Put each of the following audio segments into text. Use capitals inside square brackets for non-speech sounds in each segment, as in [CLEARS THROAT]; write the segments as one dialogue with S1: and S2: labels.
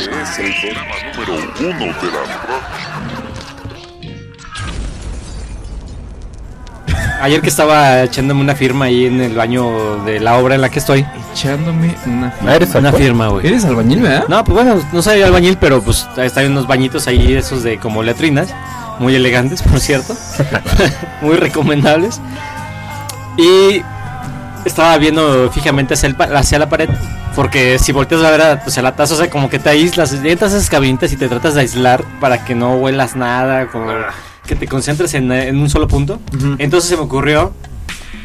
S1: Este es el programa número uno de la radio.
S2: Ayer que estaba echándome una firma ahí en el baño de la obra en la que estoy.
S3: Echándome una firma.
S4: ¿Eres
S2: Una
S4: actor?
S2: firma, Ah, güey.
S3: Ah, ¿Eres albañil, verdad?
S2: No, pues bueno, no soy albañil, pero pues hay unos bañitos ahí, esos de como letrinas, muy elegantes, [LAUGHS] por cierto, muy recomendables. Y estaba viendo fijamente hacia, el pa- hacia la pared, porque si volteas a ver a- pues, a la taza, o sea, como que te aíslas, entras a esas cabinitas y te tratas de aislar para que no huelas nada, como que te concentres en, en un solo punto. Entonces se me ocurrió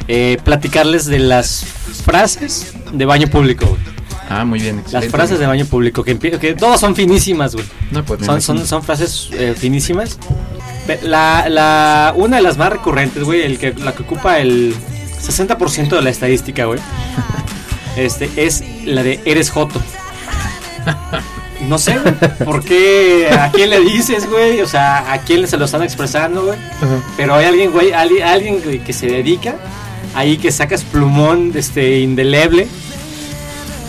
S2: eh, platicarles de las frases de baño público, güey.
S3: Ah, muy bien.
S2: Las
S3: excelente.
S2: frases de baño público, que, empie- que todas son finísimas, güey.
S3: No, pues, me
S2: Son, son,
S3: imagino.
S2: son frases eh, finísimas. Pe- La, la- una de las más recurrentes, güey, el que, la que ocupa el 60% de la estadística,
S3: [LAUGHS]
S2: güey, este, es la de eres joto. No sé, güey, por qué, a quién le dices, güey, o sea, a quién se lo están expresando, güey. Pero hay alguien, güey, ali- alguien güey, que se dedica ahí que sacas plumón este indeleble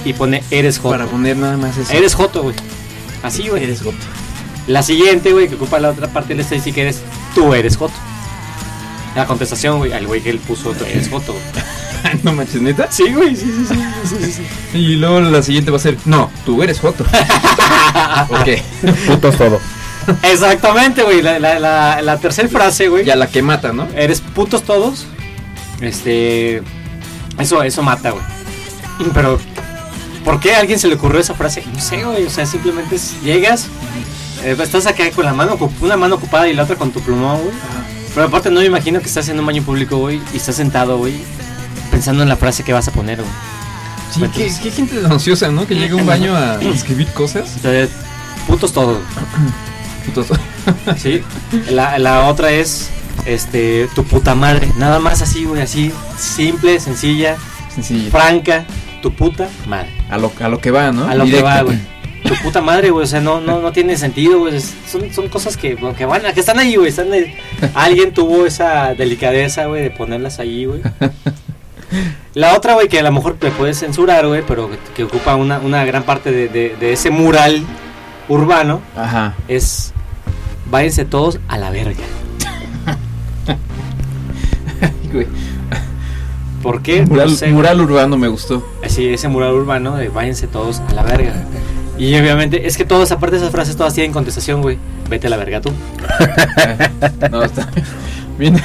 S2: y pone eres joto.
S3: Para poner nada más eso. [LAUGHS]
S2: Eres joto, güey. Así, güey.
S3: Eres Joto.
S2: La siguiente, güey, que ocupa la otra parte de la estadística eres tú eres joto. La contestación, güey, al güey que él puso tú eres joto. güey.
S3: no manches, neta.
S2: Sí, güey, sí, sí, sí.
S3: Y luego la siguiente va a ser, no, tú eres Joto. ok.
S4: Putos todo.
S2: [LAUGHS] Exactamente, güey. La, la, la, la tercera frase, güey.
S3: Ya la que mata, ¿no?
S2: Eres putos todos. Este. Eso, eso mata, güey. Pero. ¿Por qué a alguien se le ocurrió esa frase? No sé, güey. O sea, simplemente es- llegas. eh, estás acá con la mano ocup- una mano ocupada y la otra con tu plumón, güey. Pero aparte no me imagino que estás en un baño público, güey, y estás sentado, güey, pensando en la frase que vas a poner, güey.
S3: Sí,
S2: Pues,
S3: qué, qué gente tan ansiosa, ¿no? Que llega a un
S2: [LAUGHS]
S3: baño a escribir cosas.
S2: Entonces, putos todos.
S3: Putos.
S2: Sí. La, la otra es, este, tu puta madre. Nada más así, güey, así, simple, sencilla,
S3: Sencillo.
S2: franca, tu puta madre.
S3: A lo, a lo que va, ¿no?
S2: A lo
S3: Directo.
S2: que va, güey. Tu puta madre, güey. O sea, no, no, no tiene sentido, güey. es- Son, son cosas que, bueno, que van, que están ahí, güey. Están ahí. Alguien tuvo esa delicadeza, güey, de ponerlas ahí, güey. La otra, güey, que a lo mejor te puedes censurar, güey, pero que, que ocupa una, una gran parte de, de- de ese mural urbano,
S3: Ajá.
S2: es váyanse todos a la verga.
S3: Güey.
S2: ¿Por qué? No
S3: Mural,
S2: sé, güey.
S3: mural urbano me gustó.
S2: [LAUGHS] Así, ese mural urbano de váyanse todos a la verga. Y obviamente, es que todas, aparte de esas frases, todas tienen contestación, güey. Vete a la verga tú.
S3: Ah, No, está bien.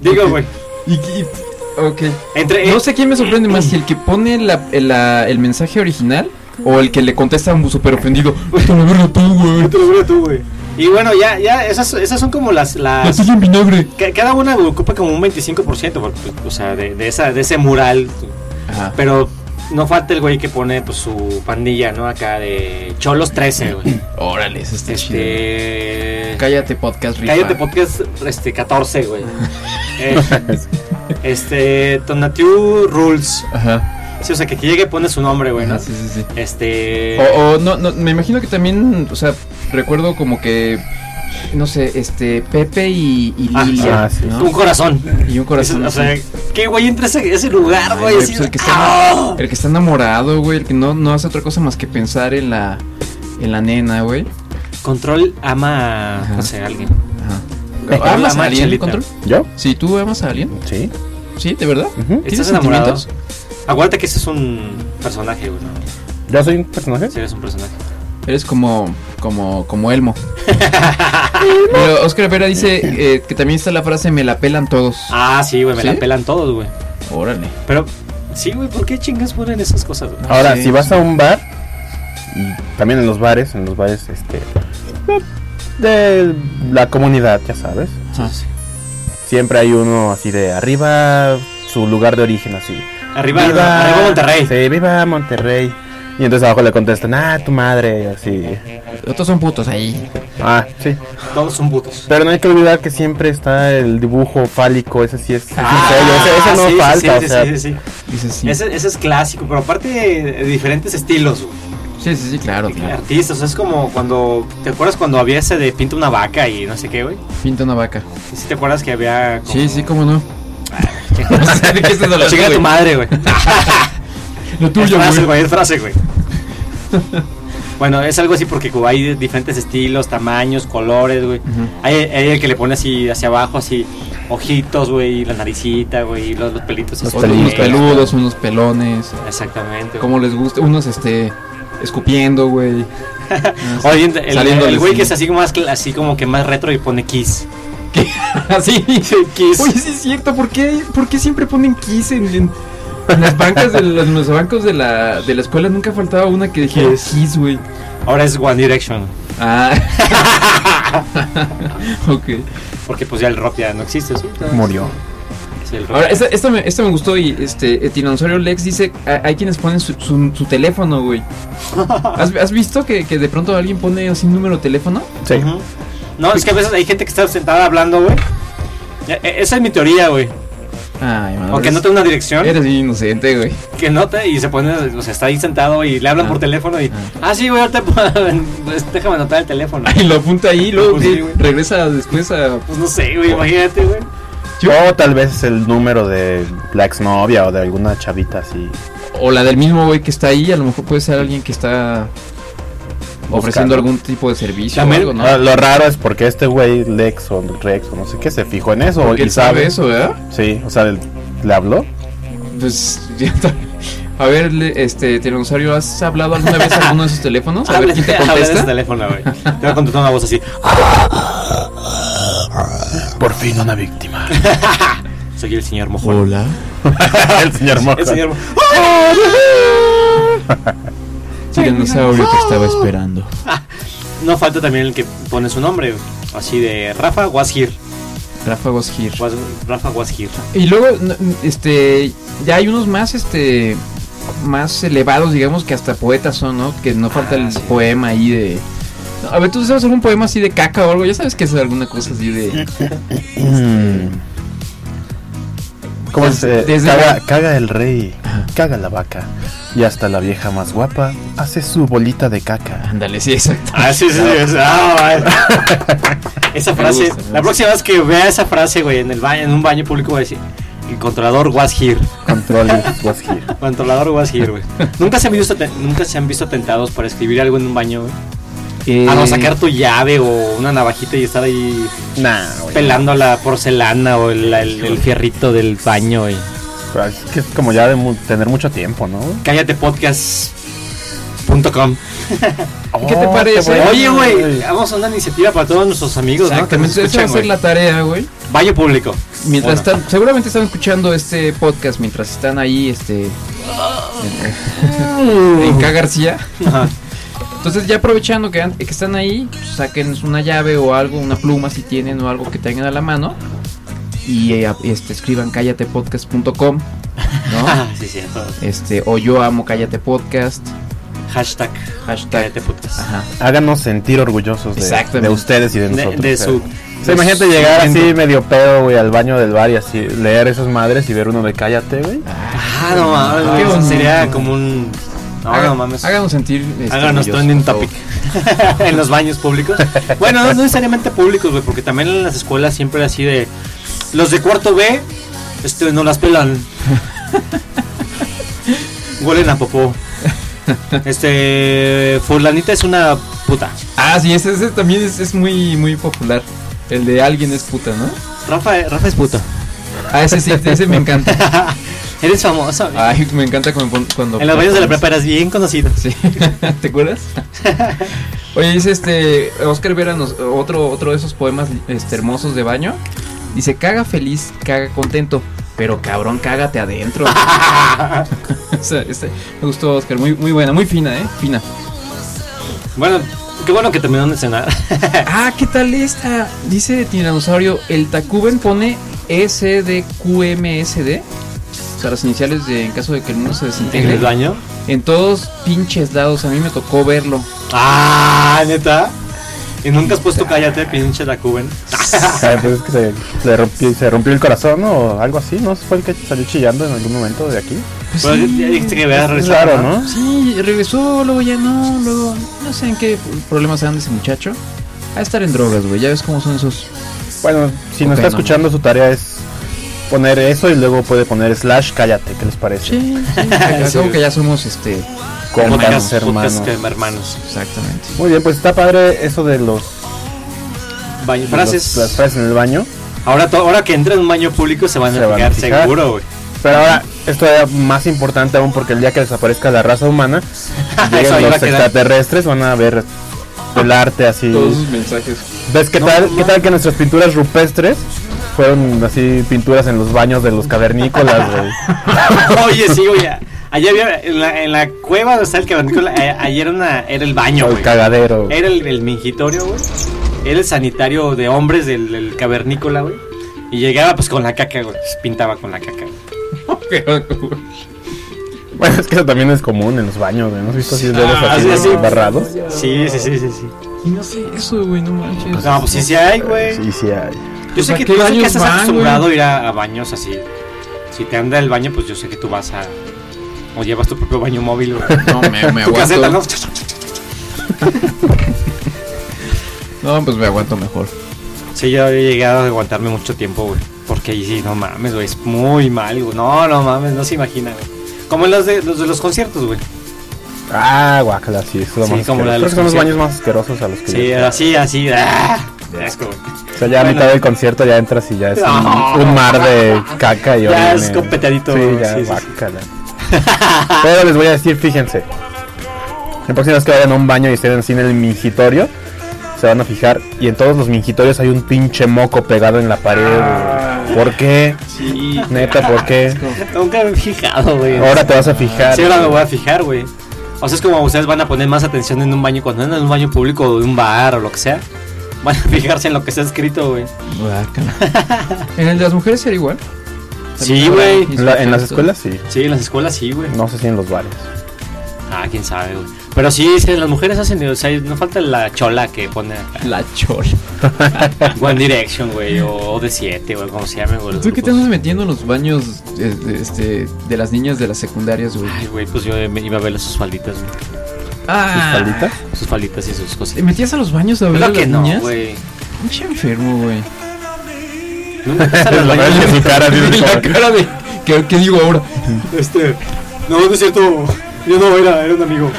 S2: Digo, güey.
S3: [LAUGHS] Y, y- ok.
S2: Entre.
S3: No sé quién me sorprende más, si el que pone la- el, la- el mensaje original o el que le contesta un súper ofendido. Vete a la verga tú, güey. Pues
S2: Te lo juro tú, güey. Y bueno, ya, ya, esas, esas son como las. las
S3: Estás en vinagre.
S2: ca- cada una ocupa como un 25%, porque, pues, o sea, de, de esa, de ese mural.
S3: Ajá.
S2: Pero no falta el güey que pone pues, su pandilla, ¿no? Acá de Cholos 13, güey.
S3: Órale, eso [CLEARS THROAT] está chido.
S2: Este.
S3: Cállate, podcast rifa.
S2: Cállate Podcast este, 14,
S3: [LAUGHS]
S2: güey. Eh, este. Tonatiu Rules.
S3: Ajá.
S2: Sí, o sea, que aquí llegue y pone su nombre, güey, ¿no?
S3: Ajá, Ah, sí, sí, sí.
S2: Este.
S3: O, o no, no, me imagino que también, o sea, recuerdo como que, no sé, este, Pepe y, y
S2: Ah,
S3: Lilia,
S4: ah, sí.
S3: ¿no?
S2: Un corazón.
S3: Y un corazón.
S2: o
S3: así.
S2: sea, ¿qué güey entra a ese, ese lugar,
S3: Ay,
S2: güey?
S3: güey,
S2: Así,
S3: pues el, que
S2: ¡ah!
S3: está, el que está enamorado, güey, el que no, no hace otra cosa más que pensar en la, en la nena, güey.
S2: Control ama a
S3: Ajá.
S2: no sé, a alguien.
S3: Ajá. ¿Amas
S2: ama
S3: a
S2: a
S3: alguien,
S2: Chelita.
S3: Control?
S4: ¿Yo?
S3: Sí, ¿tú amas a alguien?
S4: Sí.
S3: Sí, ¿de verdad?
S4: ujú.
S2: ¿Estás
S3: ¿Tienes
S2: enamorado?
S3: sentimientos?
S2: Acuérdate que ese es un personaje, güey. ¿no?
S4: ¿Yo soy un personaje?
S2: Sí, eres un personaje.
S3: Eres como, como, como [LAUGHS] Elmo. Pero Oscar Vera dice eh, que también está la frase, me la pelan todos.
S2: Ah, sí, güey, me
S3: ¿Sí?
S2: la pelan todos, güey.
S3: Órale.
S2: Pero, sí, güey, ¿por qué chingas ponen esas cosas, güey?
S4: Ahora,
S3: Sí,
S4: si vas
S3: sí.
S4: a un bar, y también en los bares, en los bares, este, de la comunidad, ya sabes,
S3: Ah, sí.
S4: siempre hay uno así de arriba, su lugar de origen así.
S2: Arriba, arriba Monterrey.
S4: Sí, viva Monterrey. Y entonces abajo le contestan, ah, tu madre, y así.
S3: Otros son putos ahí.
S4: Ah, sí.
S2: Todos son putos.
S4: Pero no hay que olvidar que siempre está el dibujo fálico, ese sí es, ese es un sello, ese, ese no
S2: Ah, sí, sí,
S4: falta,
S2: sí,
S4: o sea.
S2: sí, sí, sí.
S3: Dice sí.
S2: Ese, ese es clásico, pero aparte de diferentes estilos, güey.
S3: Sí, sí, sí, claro, claro.
S2: Artistas, o sea, es como cuando. ¿Te acuerdas cuando había ese de pinta una vaca y no sé qué, güey?
S3: Pinta una vaca.
S2: ¿Sí te acuerdas que había como-
S3: [LAUGHS] Sí, sí, cómo no.
S2: Ah,
S3: O sea, ¿de qué estás hablando,
S2: Chinga
S3: güey?
S2: tu madre,
S3: [LAUGHS]
S2: güey.
S3: Lo
S2: Es
S3: tuyo,
S2: frase,
S3: güey.
S2: güey, es frase, güey. Bueno, es algo así porque como hay de diferentes estilos, tamaños, colores, güey.
S3: Ujú.
S2: hay, hay el que le pone así hacia abajo, así ojitos, güey, la naricita, güey, los, los pelitos.
S3: Los
S2: así.
S4: peludos,
S3: unos peludos, unos pelones.
S2: Exactamente. güey.
S3: Como les gusta. Unos, este. Escupiendo, [LAUGHS] güey.
S2: Oye, el- el,
S3: Saliendo
S2: el
S3: del
S2: güey que
S3: cine.
S2: es así como, más, cl- así como que más retro y pone
S3: [LAUGHS]
S2: Kiss.
S3: Así.
S2: Kiss.
S3: Oye, sí es cierto, ¿por qué, por qué siempre ponen Kiss en, en- en las bancas de los, en los bancos de la, de la escuela? Nunca faltaba una que dijera
S2: Kiss.
S3: Kiss, güey.
S2: Ahora es One Direction.
S3: Ah. [LAUGHS] ok.
S2: Porque pues ya el rock ya no existe, ¿sí? Entonces,
S4: Murió.
S2: sí, el rock.
S3: Ahora, esta, esta me, esta me gustó y este, Tiranosaurio Lex dice, "Ah, hay quienes ponen su, su- su
S2: [LAUGHS]
S3: teléfono, güey. ¿Has, has visto que, que de pronto alguien pone así un número de teléfono?
S4: Sí.
S2: Ujú. No, es que a veces hay gente que está sentada hablando, güey. E- e- Esa es mi teoría, güey.
S3: Ay, madre.
S2: Aunque no tenga una dirección,
S3: Eres bien inocente, güey. [LAUGHS]
S2: que note y se pone, o sea, está ahí sentado y le hablan
S3: Ah.
S2: por teléfono y. Ah, sí, güey, ahorita pues, [LAUGHS] déjame anotar el teléfono.
S3: Y lo apunta ahí y luego
S2: Pues sí, güey.
S3: regresa después a...
S2: Pues no sé, güey, imagínate, güey.
S4: O tal vez es el número de la exnovia o de alguna chavita así.
S3: O la del mismo güey que está ahí, a lo mejor puede ser alguien que está ofreciendo
S4: Buscando.
S3: algún tipo de servicio
S2: También-
S3: o algo, ¿no?
S4: Ah, Lo raro es porque este güey, Lex o Rex o no sé qué, se fijó en eso.
S3: Porque
S4: y
S3: él sabe eso, ¿verdad?
S4: Sí, o sea, le, le habló.
S3: Pues [LAUGHS] ya está. A ver, le- este, Tiranosaurio, ¿has hablado alguna vez a alguno de sus teléfonos? A ver quién
S2: [LAUGHS]
S3: te
S2: Habla de ese
S3: contesta.
S2: teléfono, güey. Te va a contestar una voz así.
S4: Por fin una víctima.
S2: Soy el señor mojón.
S4: [LAUGHS]
S3: [LAUGHS]
S4: el señor Mojo.
S2: El señor Mo-
S3: Tiranosaurio te estaba esperando.
S2: No falta también el que pone su nombre, güey. así de Rafa was here.
S3: Ráfagos Gir.
S2: Was- Rafa was here.
S3: Y luego, n- n- este, ya hay unos más, este, más elevados, digamos, que hasta poetas son, ¿no? Que no falta el
S2: sí.
S3: poema ahí de... A ver, ¿tú sabes algún poema así de caca o algo? Ya sabes que es alguna cosa así de...
S4: Mm. ¿Cómo es? Eh,
S3: Desde
S4: caga,
S3: la-
S4: caga el rey, caga la vaca. Y hasta la vieja más guapa hace su bolita de caca.
S3: Ándale, sí, exacto.
S2: Ah, sí, sí, sí. es- ah, vale. [LAUGHS] Esa
S3: Me
S2: frase,
S3: gusta,
S2: la
S3: me gusta.
S2: próxima vez que vea esa frase, güey, en el baño, en un baño público, voy a decir, el controlador was here.
S4: [LAUGHS] Control was here.
S2: Controlador was here,
S3: [LAUGHS]
S2: güey. ¿Nunca, se han visto te- nunca se han visto tentados para escribir algo en un baño, güey. A Ah,
S3: Mm. Eh,
S2: no sacar tu llave o una navajita y estar ahí
S4: Nah, güey.
S2: pelando la porcelana o el, el- el fierrito del baño, güey.
S4: Pero Es que es como ya de mu- tener mucho tiempo, ¿no?
S2: Cállatepodcast.com
S3: qué te
S4: Oh,
S3: parece?
S4: bueno.
S2: Oye, güey, hagamos una iniciativa para todos nuestros amigos, ¿no? Que nos
S3: Exactamente, esa va a
S2: escuchan,
S3: ser
S2: güey.
S3: la tarea, güey.
S2: Baño público.
S3: Mientras
S2: Bueno.
S3: están, seguramente están escuchando este podcast mientras están ahí, este,
S2: Uh.
S3: en K. García.
S2: Ajá.
S3: Entonces ya aprovechando que, an- que están ahí, pues, saquen una llave o algo, una pluma si tienen o algo que tengan a la mano y eh, este, escriban cállatepodcast.com, ¿no?
S2: [LAUGHS] Ah, sí, sí,
S3: Este, o yo amo cállate podcast,
S2: Hashtag
S3: hashtag.
S2: Cállate Podcast.
S3: Ajá.
S4: Háganos sentir orgullosos de,
S3: Exactamente.
S4: de ustedes y de
S2: De,
S4: nosotros.
S2: de
S4: o sea.
S2: su.
S4: O
S2: de
S4: sea, imagínate
S2: su
S4: llegar así
S2: momento.
S4: medio pedo, güey, al baño del bar y así leer esas madres y ver uno de cállate,
S2: [LAUGHS]
S4: güey.
S2: Ah, no mames,
S3: Qué
S2: güey,
S3: bonito.
S2: Sería como un. No,
S3: Haga-
S2: no mames.
S3: Háganos sentir. este,
S2: Háganos trending
S3: orgullosos, por favor. [LAUGHS]
S2: topic [LAUGHS] en los baños públicos. Bueno, no, no necesariamente públicos, güey, porque también en las escuelas siempre así de los de cuarto B, este, no las pelan. [LAUGHS] Huelen a popó. Este, fulanita es una puta.
S3: Ah, sí, ese, ese también es, es muy, muy popular. El de alguien es puta, ¿no?
S2: Rafa, Rafa es puta.
S3: Ah, ese sí, ese me encanta.
S2: [LAUGHS] Eres famoso. güey.
S3: Ay, me encanta cuando. pon- cuando
S2: en los baños de la prepa eras bien conocido.
S3: Sí, [LAUGHS]
S2: [LAUGHS]
S3: ¿te acuerdas? Oye, dice este Oscar Vera nos- otro, otro de esos poemas este, hermosos de baño. Dice, caga feliz, caga contento, pero cabrón,
S2: [LAUGHS]
S3: cágate adentro. [LAUGHS] O sea, este, me gustó Oscar, muy, muy buena, muy fina, ¿eh? Fina.
S2: [LAUGHS] Bueno, qué bueno que terminaron de [LAUGHS] cenar.
S3: Ah, ¿qué tal esta? Dice Tiranosaurio, el Tacuben pone E SDQMSD, o sea, las iniciales de en caso de que el mundo se
S2: en
S3: desintegre.
S2: el baño.
S3: En todos pinches lados, a mí me
S2: [LAUGHS]
S3: tocó verlo.
S2: Ah, neta. Y nunca has puesto cállate, pinche Tacuben.
S4: Ah, pues es que se, le rompió, se rompió el corazón ¿no? o algo así, ¿no? Fue el que salió chillando en algún momento de aquí.
S3: Pues
S2: Pero
S3: sí.
S2: ya dijiste que veas
S4: Es
S2: regresar.
S4: raro, ¿no?
S3: Sí, regresó, luego ya no, luego no sé en qué problemas anda ese muchacho. A estar en drogas, güey, ya ves cómo son esos.
S4: Bueno, si nos
S3: Ok,
S4: está
S3: no.
S4: escuchando, su tarea es poner eso y luego puede poner slash cállate, ¿qué les parece?
S3: [LAUGHS] Sí, sí, ya-
S2: Sí.
S3: como que ya somos este.
S2: Podcast-
S4: Como
S2: podcast
S4: hermanos.
S2: Pues que- hermanos.
S3: Exactamente.
S4: Muy bien, pues está padre eso de los
S2: Ba-
S4: de
S2: frases.
S4: los- las frases en el baño.
S2: Ahora, to- ahora que entra en un baño público se van
S4: Se
S2: a
S4: van a
S2: fijar
S4: fijar.
S2: seguro,
S4: [LAUGHS]
S2: güey.
S4: Pero ahora, esto es más importante aún porque el día que desaparezca la raza
S2: [LAUGHS]
S4: humana,
S2: Eso
S4: lleguen
S2: ahí va a
S4: los
S2: quedar.
S4: extraterrestres, van a ver el arte así.
S3: Todos sus mensajes.
S4: ¿Ves qué
S2: No,
S4: tal,
S2: no.
S4: qué tal que nuestras pinturas rupestres fueron así pinturas en los baños de los cavernícolas,
S2: [LAUGHS]
S4: güey?
S2: Oye, sí, güey. a- Allá había, en la, en la cueva donde está el cavernícola, a- eh, ayer era una- era el baño,
S4: O
S2: güey.
S4: el cagadero.
S2: Era el, el mingitorio, güey. Era el sanitario de hombres del, del cavernícola, güey. Y llegaba pues con la caca, güey. Se Pintaba con la caca. güey.
S4: Bueno, es que eso también es común en los baños, güey. ¿No has visto así
S2: Sí.
S4: dedos
S2: Ah,
S4: así
S2: sí, sí.
S4: barrados?
S2: Sí, sí, sí, sí, sí.
S3: Y no sé eso, güey, no manches.
S2: No, pues sí, sí hay, güey.
S4: Sí, sí hay.
S2: Yo
S3: Pues,
S2: sé
S3: ¿a
S2: que
S3: qué
S2: tú yo sé que
S3: baños
S2: estás
S3: van,
S2: acostumbrado a
S3: güey?
S2: ir a, a baños así. Si te anda el baño, pues yo sé que tú vas a. O llevas tu propio baño móvil,
S3: [LAUGHS]
S2: güey.
S3: No, me, me
S2: Tu caseta, ¿no?
S3: aguanto. No, pues me aguanto mejor.
S2: Sí, yo había llegado a aguantarme mucho tiempo, güey. Porque ahí sí, no mames, güey. Es muy mal, güey. No, no mames, no se imagina, güey. Como en los de los, de los conciertos, güey.
S4: Ah, guácala, sí, es lo
S2: Sí,
S4: más
S2: como
S4: asqueroso.
S2: la de
S4: Creo
S2: los
S4: que son los
S2: conciertos.
S4: baños más asquerosos a los que
S2: Sí,
S4: yo-
S2: así, así. ¡ah! De asco, güey.
S4: O sea, ya a
S2: Bueno.
S4: mitad del concierto ya entras y ya es un,
S2: No.
S4: un mar de caca y
S2: Ya
S4: orines.
S2: es competadito,
S4: Sí,
S2: sí,
S4: ya,
S2: sí, sí. [LAUGHS]
S4: guácala. Pero les voy a decir, fíjense. La próxima vez que vayan a un baño y estén así en el mingitorio, se van a fijar. Y en todos los mingitorios hay un pinche moco pegado en la pared. güey. ¿Por qué?
S2: Ah. Sí.
S4: Neta, ¿por qué?
S2: Nunca me he fijado, güey.
S4: Ahora te vas a fijar.
S2: Sí, ahora me voy a fijar, güey. O sea, es como ustedes van a poner más atención en un baño cuando andan en un baño público o de un bar o lo que sea. [LAUGHS] Van a fijarse en lo que está escrito, güey.
S3: Ah, [LAUGHS] en el de las mujeres era igual.
S2: Sí, güey.
S4: En la- en las escuelas sí.
S2: Sí, en las escuelas sí, güey.
S4: No sé si en los bares.
S2: Ah, quién sabe, güey. Pero sí, sí, las mujeres hacen, o sea, no falta la chola que pone acá.
S3: La chola.
S2: One Direction, güey, o de 7, güey, como se llame, güey. los
S3: ¿Tú qué te
S2: grupos.
S3: andas metiendo en los baños eh, de, este, de las niñas de las secundarias, güey?
S2: Ay, güey, pues yo me iba a ver sus falditas, güey.
S4: ¿Pistolita?
S2: Sus falditas y sus
S3: Ah. ¿Te
S2: cositas.
S3: metías a los baños a ver a
S2: Claro
S3: las
S2: que no,
S3: niñas?
S2: güey.
S3: Pinche enfermo, güey.
S2: Nunca te salen
S4: [LAUGHS] La
S2: los
S4: verdad es que
S2: baños.
S4: su cara
S2: [LAUGHS]
S4: así
S3: Y
S4: de
S3: la
S4: como-
S3: cara de... ¿Qué, qué digo ahora?
S2: Este, no, no es cierto. Yo no era, era un amigo.